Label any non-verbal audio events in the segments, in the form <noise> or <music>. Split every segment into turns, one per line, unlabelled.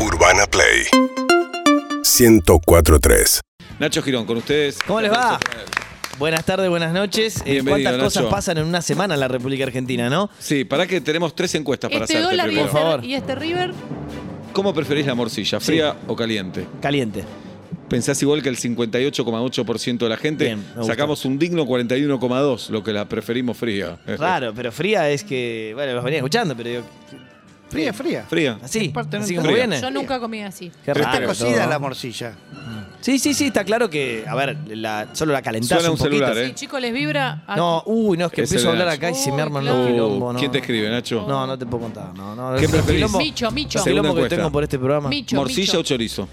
Urbana Play 1043.
Nacho Girón, con ustedes.
¿Cómo les va? Buenas tardes, buenas noches. Eh,
Bienvenido,
¿Cuántas
Nacho.
cosas pasan en una semana en la República Argentina, no?
Sí, para que tenemos tres encuestas para
Este
hacerte
dólar y
primero.
Por favor.
este, y este River,
¿Cómo preferís la morcilla, fría o caliente? <laughs>
Caliente.
Pensás igual que el 58,8% de la gente.
Bien, me gusta.
Sacamos un digno 41,2, lo que la preferimos fría.
Raro, pero fría es que. Bueno, los venía escuchando, pero digo,
Fría, fría.
Fría.
así,
Aparte, no
así como
fría.
viene.
yo nunca comí así.
Qué
Pero está
raro
cocida
todo, ¿no?
la morcilla.
Sí, sí, sí, está claro que. A ver, la- solo la calentás
Suena
un,
un
poquito.
celular, ¿eh?
Sí, chicos, les vibra. a-
No, uy, no, es que
Ese
empiezo a
de
hablar
Nacho.
acá y se me
Uy,
arman
claro.
los quilombos, ¿no?
Uh, ¿Quién te escribe, Nacho?
No, no te puedo contar, no, no.
¿Qué
es un
preferís?
quilombo-
Micho, micho.
un quilombo
Segunda
que tengo
encuesta.
por este programa.
Micho,
¿Morcilla
micho.
o chorizo?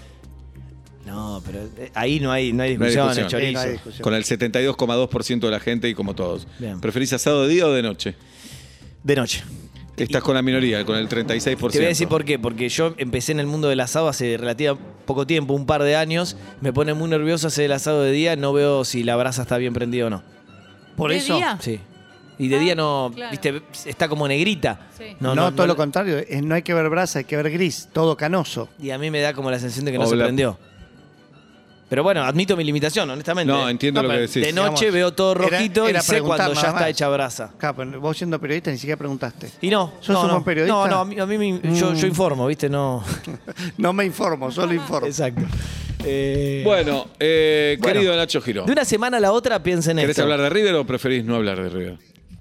No, pero eh, ahí no hay, no hay
discusión.
discusión, el
Sí, no
chorizo.
hay discusión.
Con el 72,2% de la gente y como todos.
Bien.
¿Preferís asado de día o de noche?
de noche.
Estás con la minoría, con el 36%.
Te voy a decir por qué, porque yo empecé en el mundo del asado hace relativa poco tiempo, un par de años, me pone muy nervioso hacer el asado de día, no veo si la brasa está bien prendida o no.
Por
¿De
eso.
día? Ah,
Sí. Y de día no,
claro.
viste, está como negrita.
Sí.
No, todo lo contrario. es- no hay que ver brasa, hay que ver gris, todo canoso.
Y a mí me da como la sensación de que no
O
se
la-
prendió. Pero bueno, admito mi limitación, honestamente.
No, entiendo lo
pero
que decís.
De noche
Digamos,
veo todo
era-
rojito
era
y sé cuando
preguntar
ya
nada
está
más.
hecha brasa.
Acá, pero vos siendo periodista ni siquiera preguntaste.
Y no,
¿Sos
no,
un
no.
buen periodista?
No, no, a mí, a mí me- yo,
Mm.
yo informo, ¿viste? No. <laughs>
No me informo, solo informo.
Exacto. Eh,
Bueno, eh,
Bueno.
querido Nacho Girón.
De una semana a la otra piensen en
¿Querés
esto.
hablar de River o preferís no hablar de River?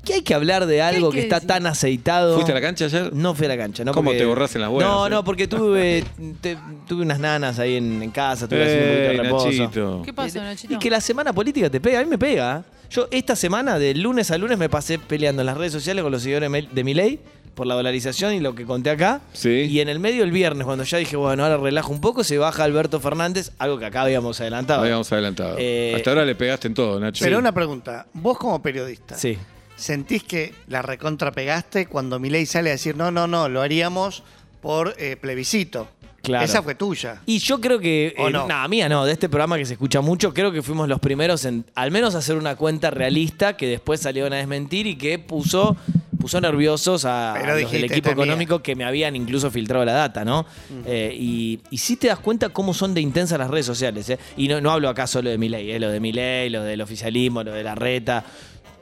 ¿Qué hay que hablar de algo
hay
que,
que
está
decir?
tan aceitado?
¿Fuiste a la cancha ayer?
No fui a la cancha. No
¿Cómo
porque-
te borrás en las buenas,
No,
eh?
no, porque tuve, te- tuve unas nanas ahí en, en casa, tuve que hacer
Ey,
un poquito de reposo.
Eh, Nachito.
¿Qué pasó, Nachito?
Y que la semana política te pega, a mí me pega. ¿eh? Yo esta semana, de lunes a lunes, me pasé peleando en las redes sociales con los seguidores de Mel- de mi ley por la dolarización y lo que conté acá.
Sí.
Y en el medio el viernes, cuando ya dije, bueno, ahora relajo un poco, se baja Alberto Fernández, algo que acá habíamos adelantado.
Habíamos adelantado.
Eh,
Hasta ahora le pegaste en todo, Nacho.
Pero una pregunta. Vos como periodista,
Sí.
¿sentís que la recontra pegaste cuando Milei sale a decir no, no, no, lo haríamos por eh, plebiscito?
Claro.
Esa fue tuya.
Y yo creo que.
¿O
eh,
no?
nah, mía no, de este programa que se escucha mucho, creo que fuimos los primeros en al menos hacer una cuenta realista que después salieron a desmentir y que puso, puso nerviosos a,
Pero
a los
dijiste,
del equipo
"Esta es mía".
económico que me habían incluso filtrado la data, ¿no? Eh, y, y sí te das cuenta cómo son de intensas las redes sociales, ¿eh? Y no, no hablo acá solo de mi ley, ¿eh? Lo de mi ley, lo del oficialismo, lo de la reta.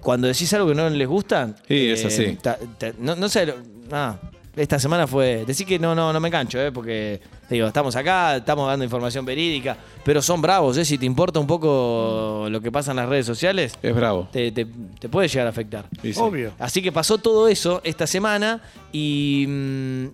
Cuando decís algo que no les gusta. eh,
Sí, es así.
ta- ta- no, no sé, lo- ah, esta semana fue. Decí que no, no, no me cancho, ¿eh? Porque, digo, estamos acá, estamos dando información verídica, pero son bravos, ¿eh? Si te importa un poco lo que pasa en las redes sociales,
Es bravo.
te, te- te puede llegar a afectar.
Y sí.
Obvio.
Así que pasó todo eso esta semana y. mm,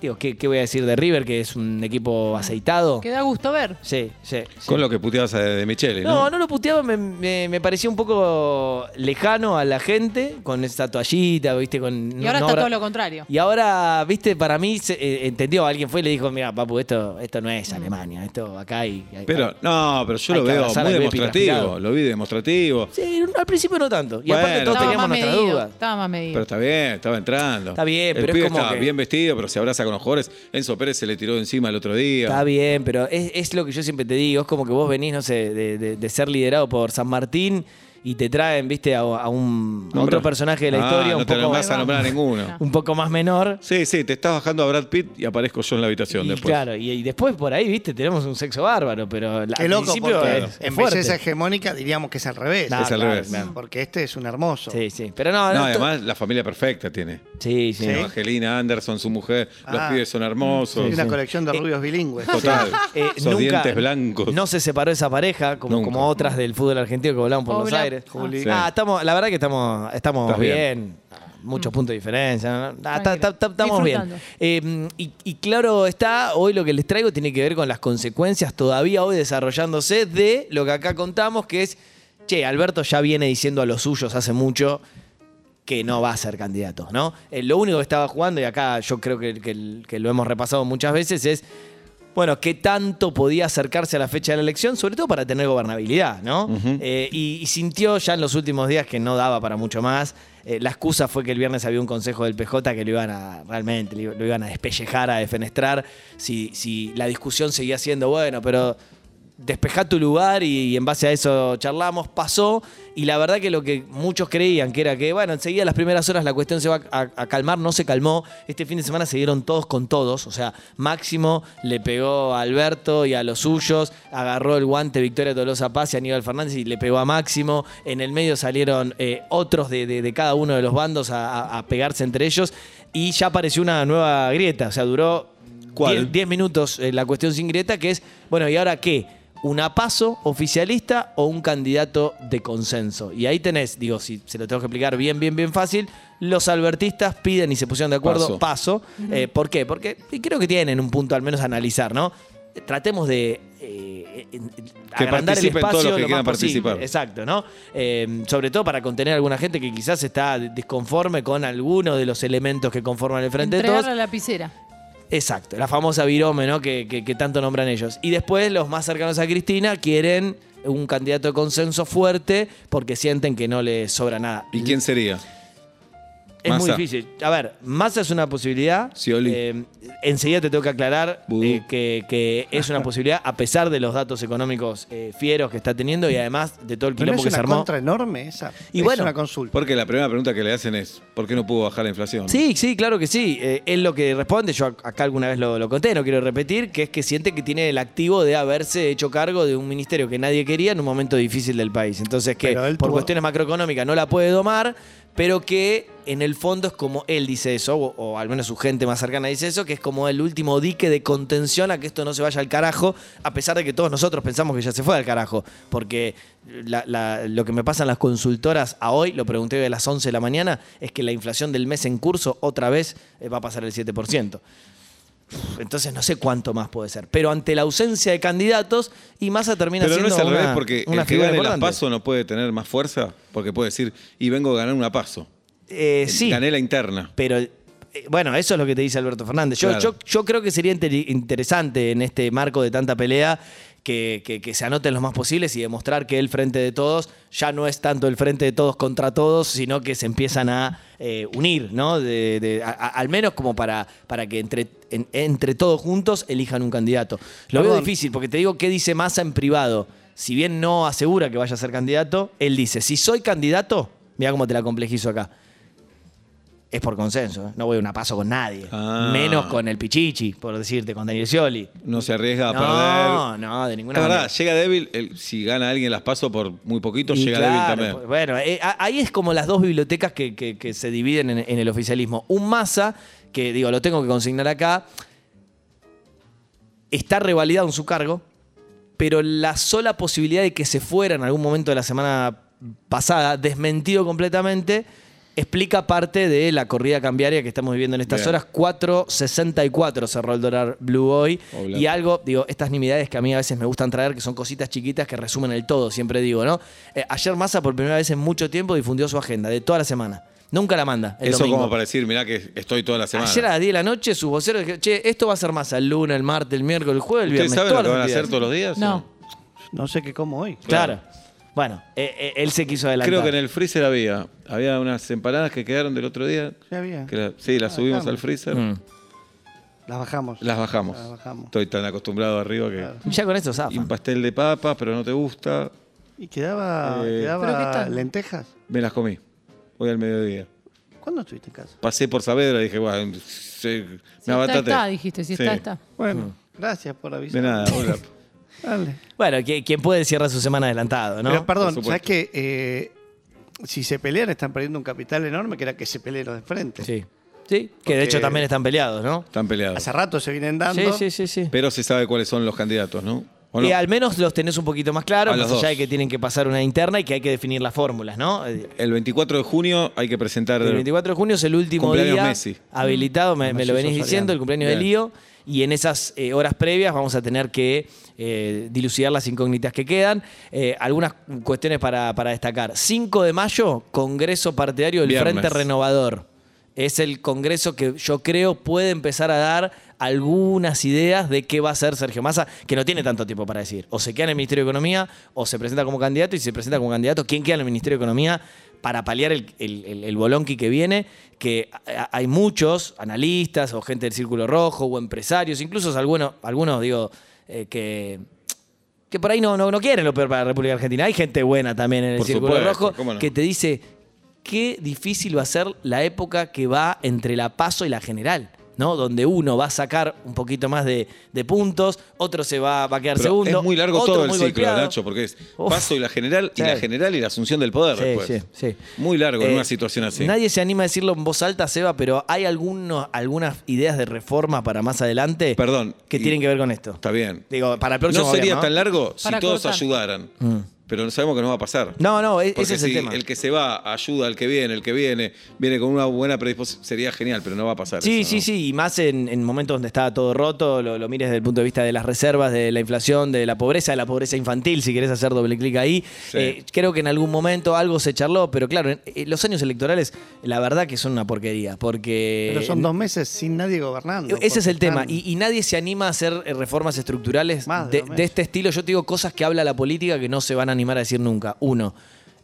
digo, ¿qué, qué voy a decir de River? Que es un equipo aceitado.
Que da gusto ver.
Sí, sí. sí.
Con lo que puteabas a de Michele, ¿no?
No, no lo puteaba, me, me- me parecía un poco lejano a la gente, con esa toallita, viste, con...
Y ahora
no
está
habrá-
todo lo contrario.
Y ahora, viste, para mí se- eh, entendió, alguien fue y le dijo, mira, papu, esto, esto no es Alemania, esto acá hay... hay-
Pero, no, pero yo
Hay
lo
que
veo
abrazar
muy
al Bepi
demostrativo.
transpirado.
Lo vi demostrativo.
Sí, al principio no tanto. Y
Bueno.
aparte todos
Estaba
teníamos
más
nuestras
medido,
dudas.
Estaba más medido.
Pero está bien, estaba entrando.
Está bien,
El
pero es
pibe
como
está
que-
bien vestido, pero se abraza con los jugadores. Enzo Pérez se le tiró de encima el otro día.
Está bien, pero es, es lo que yo siempre te digo, es como que vos venís, no sé, de, de- de ser liderado por San Martín y te traen, viste, a, a un, a
Nombra-
otro personaje de la
Ah,
historia
no
un,
te
poco,
vas a nombrar a
<laughs>
ninguno.
un poco más menor.
Sí, sí, te estás bajando a Brad Pitt y aparezco yo en la habitación
Y
después.
Claro, y, y después por ahí, viste, tenemos un sexo bárbaro, pero la-
Qué
al
loco,
principio
porque
es, es
en
fuerte.
belleza hegemónica diríamos que es al revés.
Nah,
Es al
claro,
revés.
claro.
Porque este es un hermoso.
Sí, sí, pero no,
No,
no, to-
además la familia perfecta tiene.
Sí, sí.
Sí.
no.
Angelina Anderson, su mujer, los
Ah.
pibes son
Y
hermosos.
una colección de rubios bilingües.
Total.
<laughs> Eh,
Esos dientes blancos.
No se separó esa pareja, como,
Nunca.
como otras del fútbol argentino que volaban por
Paula-
los aires.
Juli.
Sí.
Ah, estamos, la verdad que estamos, estamos
Estás
bien.
bien.
Muchos puntos de diferencia. ¿no? Ah,
Tranquilo.
ta- ta- ta- estamos bien. Eh, y, y claro está, hoy lo que les traigo tiene que ver con las consecuencias todavía hoy desarrollándose de lo que acá contamos, que es, che, Alberto ya viene diciendo a los suyos hace mucho, que no va a ser candidato, ¿no? Eh, lo único que estaba jugando, y acá yo creo que, que- que lo hemos repasado muchas veces, es, bueno, qué tanto podía acercarse a la fecha de la elección, sobre todo para tener gobernabilidad, ¿no? Eh, y, y sintió ya en los últimos días que no daba para mucho más. Eh, la excusa fue que el viernes había un consejo del PJ que lo iban a, realmente, lo lo iban a despellejar, a defenestrar, si, si la discusión seguía siendo, bueno, pero despejá tu lugar y, y en base a eso charlamos, pasó y la verdad que lo que muchos creían que era que, bueno, enseguida las primeras horas la cuestión se va a, a calmar, no se calmó, este fin de semana se dieron todos con todos, o sea, Máximo le pegó a Alberto y a los suyos, agarró el guante Victoria Tolosa Paz y Aníbal Fernández y le pegó a Máximo, en el medio salieron eh, otros de, de- de cada uno de los bandos a, a- a pegarse entre ellos y ya apareció una nueva grieta, o sea, duró
¿Cuál?
10 10 minutos eh, la cuestión sin grieta, que es, bueno, ¿y ahora qué? ¿Un apaso oficialista o un candidato de consenso? Y ahí tenés, digo, si se lo tengo que explicar bien, bien, bien fácil, los albertistas piden y se pusieron de acuerdo,
Paso.
paso. Eh, ¿Por qué? Porque y creo que tienen un punto al menos a analizar, ¿no? Eh, Tratemos de eh, eh, agrandar el
participen todos
espacio
los que
lo
quieran
más posible.
participar.
Exacto, ¿no? Eh, sobre todo para contener a alguna gente que quizás está disconforme con alguno de los elementos que conforman el Frente de
Entregar
Todos.
la lapicera.
Exacto, la famosa virome, ¿no? Que, que- que tanto nombran ellos. Y después los más cercanos a Cristina quieren un candidato de consenso fuerte porque sienten que no le sobra nada.
¿Y quién sería?
es muy
Massa?
difícil. A ver, Massa es una posibilidad.
Scioli.
Eh, enseguida te tengo que aclarar
Vudú.
eh, que, que
<laughs>
es una posibilidad a pesar de los datos económicos eh, fieros que está teniendo y además de todo el
Pero no
quilombo
es
que se
una
armó.
contra enorme esa.
Y
es
bueno,
una consulta.
Porque la primera pregunta que le hacen es, ¿por qué no pudo bajar la inflación?
Sí, sí, claro que sí. Eh, es lo que responde, yo ac- acá alguna vez lo, lo conté, no quiero repetir, que es que siente que tiene el activo de haberse hecho cargo de un ministerio que nadie quería en un momento difícil del país. Entonces que
Pero él
por
tuvo-
cuestiones macroeconómicas no la puede domar, pero que en el fondo es como él dice eso, o, o al menos su gente más cercana dice eso, que es como el último dique de contención a que esto no se vaya al carajo, a pesar de que todos nosotros pensamos que ya se fue al carajo. Porque la- la- lo que me pasan las consultoras a hoy, lo pregunté hoy a las 11 de la mañana, es que la inflación del mes en curso otra vez eh, va a pasar el 7%. Entonces no sé cuánto más puede ser. Pero ante la ausencia de candidatos, y Massa termina
Pero no
siendo
es al
una,
revés, porque
una
el que
figura
gane las
importante.
PASO no puede tener más fuerza, porque puede decir, y vengo a ganar una PASO.
Eh, sí.
Gané la interna.
Pero eh, bueno, eso es lo que te dice Alberto Fernández. Yo,
Claro.
yo, yo creo que sería inte- interesante en este marco de tanta pelea que, que- que se anoten los más posibles y demostrar que el frente de todos ya no es tanto el frente de todos contra todos, sino que se empiezan a eh, unir, ¿no? De- de- a- a- al menos como para, para que entre, en- entre todos juntos elijan un candidato. Lo veo
Perdón.
difícil porque te digo qué dice Massa en privado. Si bien no asegura que vaya a ser candidato, él dice, si soy candidato, mira cómo te la complejizo acá es por consenso. ¿eh? No voy a una paso con nadie.
Ah.
Menos con el Pichichi, por decirte, con Daniel Scioli.
No se arriesga a
no,
perder.
no, de ninguna
La verdad,
manera.
llega débil, el- si gana alguien las PASO por muy poquito,
Y
llega
claro,
débil
pues,
también.
Bueno, eh, a- ahí es como las dos bibliotecas que, que- que se dividen en, en el oficialismo. Un masa, que digo, lo tengo que consignar acá, está revalidado en su cargo, pero la sola posibilidad de que se fuera en algún momento de la semana pasada, desmentido completamente, explica parte de la corrida cambiaria que estamos viviendo en estas
Bien.
horas. 4.64 cerró el dólar blue hoy.
O blanco.
Y algo, digo, estas nimiedades que a mí a veces me gustan traer, que son cositas chiquitas que resumen el todo, siempre digo, ¿no? Eh, ayer Massa por primera vez en mucho tiempo difundió su agenda de toda la semana. Nunca la manda. el
Eso
domingo.
como para decir, mirá que estoy toda la semana.
Ayer a las 10 de la noche, sus voceros dijeron, che, esto va a ser masa el lunes, el martes, el miércoles, el jueves, el
¿Ustedes
viernes.
saben lo
todas
que
las
van a hacer
actividades".
todos los días? o
No.
Pues-
No sé qué como hoy.
Claro. Bueno, eh, eh, él se quiso adelantar.
Creo que en el freezer había. Había unas empanadas que quedaron del otro día.
Sí, había.
que la- sí, las
Ah,
subimos
bajamos.
al freezer.
Mm.
Las bajamos.
Las bajamos.
Las bajamos.
Estoy tan acostumbrado arriba que.
Claro.
Ya con esto
Y
zafa.
un pastel de papas, pero no te gusta.
Y quedaba,
Eh,
quedaba
¿Pero qué tal?
lentejas.
Me las comí. Hoy al mediodía.
¿Cuándo estuviste en casa?
Pasé por Saavedra y dije, bueno, se- me
Si está,
abataté.
está, dijiste. Si
Sí.
está, está.
Bueno, Mm. gracias por avisar.
De
<laughs>
nada, hola.
Dale.
Bueno, que- quien puede cierra su semana adelantado, ¿no?
Pero perdón,
Por
¿sabes
supuesto.
que si se pelean están perdiendo un capital enorme que era que se pelearon de frente.
Sí. Sí, que de
Porque-
hecho también están peleados, ¿no?
Están peleados.
Hace rato se vienen dando.
Sí, sí, sí, sí.
Pero se sabe cuáles son los candidatos, ¿no? ¿O no?
Y al menos los tenés un poquito más claros,
A
más
los dos.
allá de que tienen que pasar una interna y que hay que definir las fórmulas, ¿no? Eh,
El 24 de junio hay que presentar.
El 24 de junio es el último
Cumpleaños
día
Messi.
habilitado, me, me lo
Messi
venís
Soriano.
diciendo, el cumpleaños de
Bien.
Lío. Y en esas eh, horas previas vamos a tener que eh, dilucidar las incógnitas que quedan. Eh, algunas cuestiones para, para destacar. 5 de mayo, Congreso Partidario del
Viernes.
Frente Renovador. Es el Congreso que yo creo puede empezar a dar algunas ideas de qué va a hacer Sergio Massa, que no tiene tanto tiempo para decir. O se queda en el Ministerio de Economía, o se presenta como candidato, y si se presenta como candidato, ¿quién queda en el Ministerio de Economía para paliar el, el, el- el bolonqui que viene? Que a- a- hay muchos analistas, o gente del Círculo Rojo, o empresarios, incluso algunos, algunos digo, eh, que que por ahí no, no, no quieren lo peor para la República Argentina. Hay gente buena también en el
Por
Círculo
supuesto,
Rojo
cómo no.
que te dice qué difícil va a ser la época que va entre la PASO y la general. ¿no? Donde uno va a sacar un poquito más de, de puntos, otro se va, va a quedar
Pero
segundo.
es muy largo
otro
todo el
muy
ciclo,
golpeado.
Nacho, porque es
Uf.
paso y la general,
Sí.
y la general y la asunción del poder
Sí,
después.
sí, sí.
Muy largo en
Eh,
una situación así.
Nadie se anima a decirlo en voz alta, Seba, pero hay algunos, algunas ideas de reforma para más adelante
Perdón,
que
y-
tienen que ver con esto.
Está bien.
Digo, para el próximo
No sería
gobierno, Mm.
tan largo si
Para
todos
cortar.
ayudaran. Pero sabemos que no va a pasar.
No, no, e-
Porque
ese es el
si
tema.
El que se va ayuda al que viene, el que viene, viene con una buena predisposición, sería genial, pero no va a pasar.
Sí,
eso,
sí,
¿no?
sí, y más en, en momentos donde está todo roto, lo, lo mires desde el punto de vista de las reservas, de la inflación, de la pobreza, de la pobreza infantil, si querés hacer doble clic ahí.
Sí.
Eh, creo que en algún momento algo se charló, pero claro, en- en los años electorales la verdad que son una porquería, porque...
Pero son dos meses sin nadie gobernando.
Eh, Ese es el
porque
tema.
están-
Y, y nadie se anima a hacer eh, reformas estructurales
Más de
de,
lo menos.
de este estilo. Yo te digo cosas que habla la política que no se van a animar a decir nunca. Uno,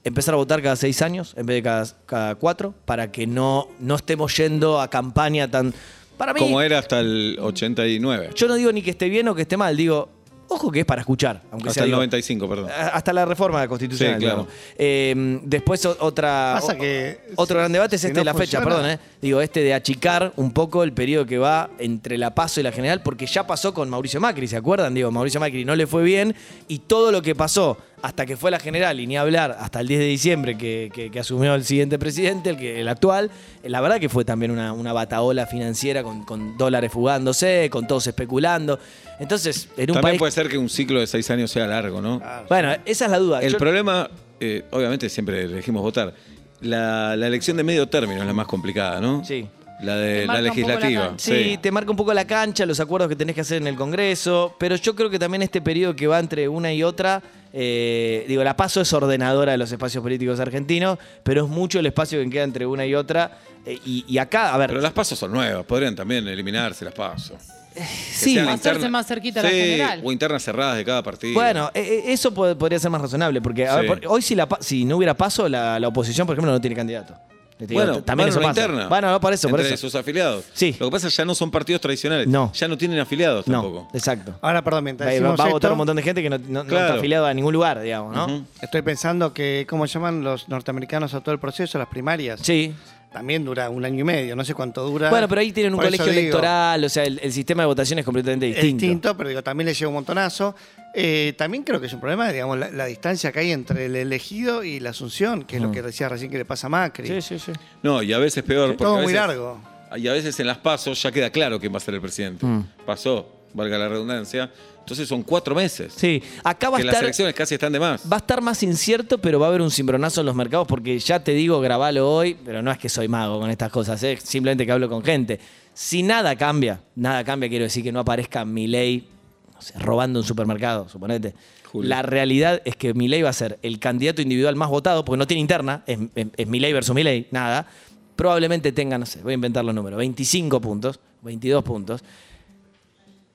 empezar a votar cada seis años en vez de cada, cada cuatro, para que no, no estemos yendo a campaña tan. Para mí,
Como era hasta el 89.
yo no digo ni que esté bien o que esté mal, digo, ojo que es para escuchar. Aunque sea, Ah,
Hasta el
digo,
95, perdón.
a- hasta la reforma constitucional,
Sí, claro.
digamos. Eh, después o- otra.
Pasa
o-
que
otro
si-
gran debate es
si
este de
no
la fecha,
funciona-
perdón, ¿eh? Digo, este de achicar un poco el periodo que va entre la PASO y la general, porque ya pasó con Mauricio Macri, ¿se acuerdan? Digo, Mauricio Macri no le fue bien y todo lo que pasó hasta que fue la general y ni hablar hasta el 10 de diciembre que, que- que asumió el siguiente presidente, el, que, el actual, eh, la verdad que fue también una, una bataola financiera con, con dólares fugándose, con todos especulando. Entonces, en un
También
país...
puede ser que un ciclo de seis años sea largo, ¿no?
Bueno, esa es la duda.
El
Yo-
problema, eh, obviamente siempre elegimos votar. La, la elección de medio término es la más complicada, ¿no?
Sí.
La de la
Te marca un poco la
legislativa.
cancha.
Sí, te marca un poco la cancha, los acuerdos que tenés que hacer en el Congreso, pero yo creo que también este periodo que va entre una y otra, eh, digo, la paso es ordenadora de los espacios políticos argentinos, pero es mucho el espacio que queda entre una y otra. eh, y, y acá, a ver,
Pero las pasos son nuevas, podrían también eliminarse las pasos.
sí,
Hacerse más cerquita a la general.
O internas cerradas de cada partido.
bueno, eh, eh, eso po- podría ser más razonable, porque a
Sí.
ver, por- hoy si, la, pa- si no hubiera paso, la, la oposición, por ejemplo, no tiene candidato. Te digo,
Bueno,
t-
van
también
a
eso
una
pasa.
interna.
Bueno, no, por eso, por
entre
eso.
sus afiliados.
Sí.
Lo que pasa es que ya no son partidos tradicionales.
No.
Ya no tienen afiliados
No,
tampoco.
exacto.
Ahora, perdón, mientras
Va,
decimos
va a votar
esto,
un montón de gente que no, no- no
Claro.
está afiliado a ningún lugar, digamos, ¿no?
Ujú.
estoy pensando que, ¿cómo llaman los norteamericanos a todo el proceso? Las primarias.
Sí,
También dura un año y medio, no sé cuánto dura.
Bueno, pero ahí tienen un
Por eso
colegio
digo,
electoral, o sea, el, el sistema de votación es completamente
es
distinto.
distinto, pero digo, también le lleva un montonazo. Eh, también creo que es un problema, digamos, la, la distancia que hay entre el elegido y la asunción, que es lo que decía recién que le pasa a Macri.
Sí, sí, sí.
No, y a veces peor.
Es
porque a
todo muy
veces-
largo.
Y a veces en las pasos ya queda claro quién va a ser el presidente.
Mm.
Pasó, valga la redundancia. Entonces son cuatro meses.
Sí, acá va a
que las
estar
elecciones casi están de más.
va a estar más incierto, pero va a haber un cimbronazo en los mercados porque ya te digo, grabalo hoy, pero no es que soy mago con estas cosas, ¿eh? simplemente que hablo con gente. Si nada cambia, nada cambia, quiero decir que no aparezca Milei no sé, robando un supermercado, suponete.
Julio.
La realidad es que Milei va a ser el candidato individual más votado, porque no tiene interna, es, es, es Milei versus Milei, nada. Probablemente tenga, no sé, voy a inventar los números, 25 puntos, 22 puntos.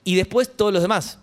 Y después todos los demás.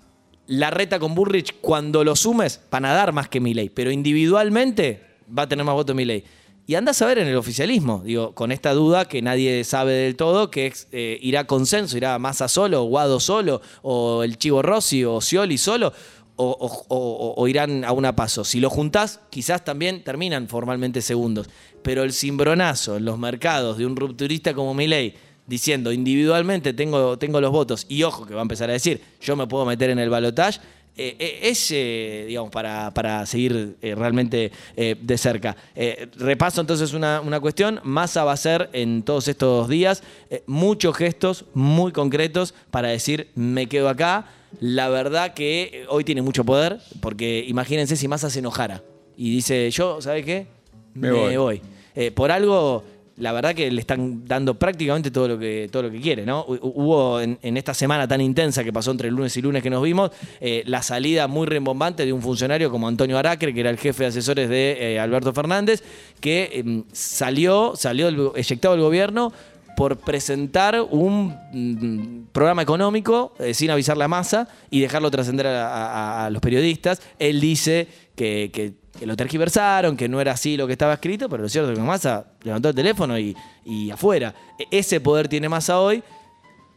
La reta con Burrich, cuando lo sumes, van a dar más que Milei. Pero individualmente va a tener más votos Milei. Y andás a ver en el oficialismo, digo, con esta duda que nadie sabe del todo, que es, eh, irá consenso, irá Massa solo, Guado solo, o el Chivo Rossi, o Scioli solo, o, o- o- o irán a una paso. Si lo juntás, quizás también terminan formalmente segundos. Pero el cimbronazo en los mercados de un rupturista como Milei, diciendo individualmente tengo, tengo los votos y ojo que va a empezar a decir yo me puedo meter en el balotaje, eh, eh, es, eh, digamos, para, para seguir eh, realmente eh, de cerca. Eh, repaso entonces una, una cuestión, Massa va a ser en todos estos días eh, muchos gestos muy concretos para decir me quedo acá. La verdad que eh, hoy tiene mucho poder, porque imagínense si Massa se enojara y dice yo, ¿sabe qué?
Me
me voy.
voy.
Eh, por algo, la verdad que le están dando prácticamente todo lo que, todo lo que quiere, ¿no? Hu- Hubo en, en esta semana tan intensa que pasó entre el lunes y lunes que nos vimos, eh, la salida muy rembombante de un funcionario como Antonio Aracre, que era el jefe de asesores de eh, Alberto Fernández, que em, salió, salió del go- eyectado del gobierno por presentar un mm, programa económico eh, sin avisar la masa y dejarlo trascender a, a- a los periodistas. Él dice que, que- que lo tergiversaron, que no era así lo que estaba escrito, pero lo cierto es que Massa levantó el teléfono y, y afuera. E- Ese poder tiene Massa hoy.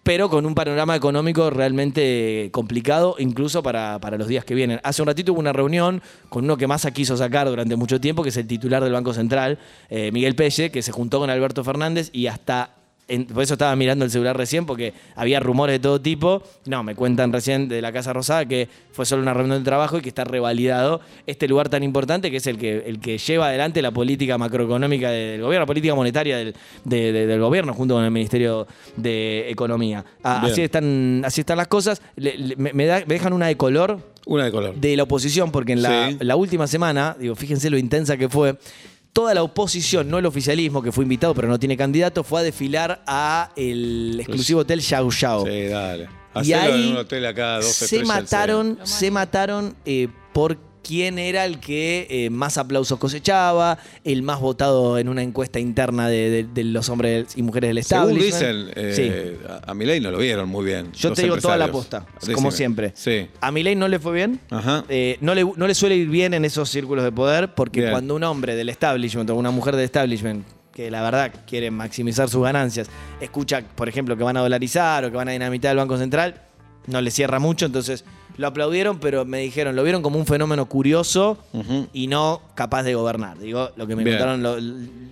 pero con un panorama económico realmente complicado, incluso para, para los días que vienen. Hace un ratito hubo una reunión con uno que Massa quiso sacar durante mucho tiempo, que es el titular del Banco Central, eh, Miguel Pelle, que se juntó con Alberto Fernández y hasta... en- por eso estaba mirando el celular recién, porque había rumores de todo tipo. No, me cuentan recién de la Casa Rosada que fue solo una reunión de trabajo y que está revalidado este lugar tan importante que es el que, el que lleva adelante la política macroeconómica del gobierno, la política monetaria del, de- de- del gobierno junto con el Ministerio de Economía. Ah,
Bien.
así, están, así están las cosas. Le- le- me, me da- me dejan una de color
Una de color.
de la oposición, porque en la,
Sí.
la última semana, digo, fíjense lo intensa que fue, toda la oposición, no el oficialismo, que fue invitado pero no tiene candidato, fue a desfilar a el exclusivo hotel Yao Yao.
Sí, dale.
Y
Hacelo
ahí
en un hotel acá, dos
se mataron, se mataron eh, por quién era el que eh, más aplausos cosechaba, el más votado en una encuesta interna de, de- de los hombres y mujeres del Estado.
Según dicen, eh, a a Milei no lo vieron muy bien.
Yo
los
te digo toda la
empresarios.
posta,
Decime.
como siempre.
Sí.
A Milei no le fue bien.
Ajá.
Eh, no, le, no le suele ir bien en esos círculos de poder porque
Bien.
cuando un hombre del establishment o una mujer del establishment que la verdad quiere maximizar sus ganancias, escucha, por ejemplo, que van a dolarizar o que van a dinamitar el Banco Central, no le cierra mucho, entonces lo aplaudieron, pero me dijeron, lo vieron como un fenómeno curioso
Ujú.
y no capaz de gobernar. Digo, lo que me
Bien.
contaron lo-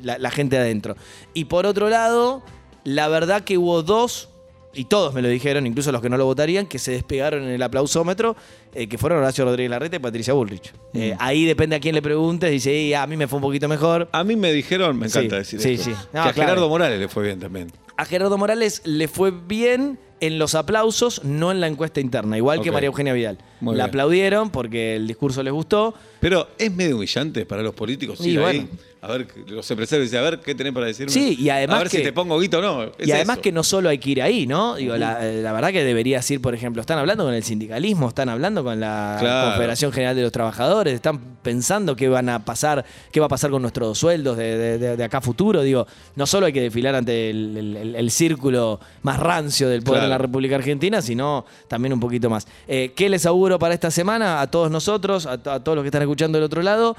la, la gente adentro. Y por otro lado, la verdad que hubo dos, y todos me lo dijeron, incluso los que no lo votarían, que se despegaron en el aplausómetro, eh, que fueron Horacio Rodríguez Larreta y Patricia Bullrich.
Mm.
Eh, ahí depende a quién le preguntes, dice, "Y a mí me fue un poquito mejor.
A mí me dijeron, me
Sí,
encanta decir
sí,
esto,
sí.
que
No,
a
claro.
Gerardo Morales le fue bien también.
A Gerardo Morales le fue bien en los aplausos, no en la encuesta interna, igual que
Ok.
María Eugenia Vidal.
Muy
la
bien.
aplaudieron porque el discurso les gustó.
Pero es medio humillante para los políticos
Y
ir
bueno.
ahí, a ver, los empresarios dicen, a ver, ¿qué tenés para decirme?
Sí, y además
A ver
que-
si te pongo guito o no. Es
y además
eso.
que no solo hay que ir ahí, ¿no? Digo, la, eh, la verdad que deberías ir, por ejemplo, están hablando con el sindicalismo, están hablando con la
Claro.
Confederación General de los Trabajadores, están pensando qué van a pasar, qué va a pasar con nuestros sueldos de, de- de- de acá a futuro. Digo, no solo hay que desfilar ante el, el- el- el círculo más rancio del poder de
Claro.
la República Argentina, sino también un poquito más. Eh, ¿Qué les auguro para esta semana a todos nosotros, a, to- a todos los que están escuchando del otro lado?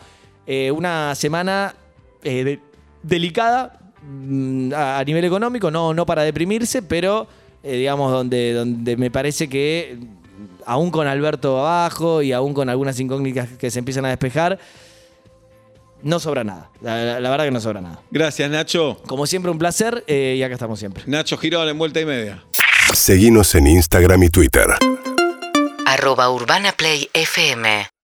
Eh, una semana eh, de- delicada mm, a, a nivel económico, no, no para deprimirse, pero eh, digamos donde, donde me parece que mm, aún con Alberto abajo y aún con algunas incógnitas que se empiezan a despejar, no sobra nada. La, la- la verdad que no sobra nada.
Gracias, Nacho.
Como siempre, un placer eh, y acá estamos siempre.
Nacho Girón en vuelta y media.
Seguinos en Instagram y Twitter.
arroba urbanaplayfm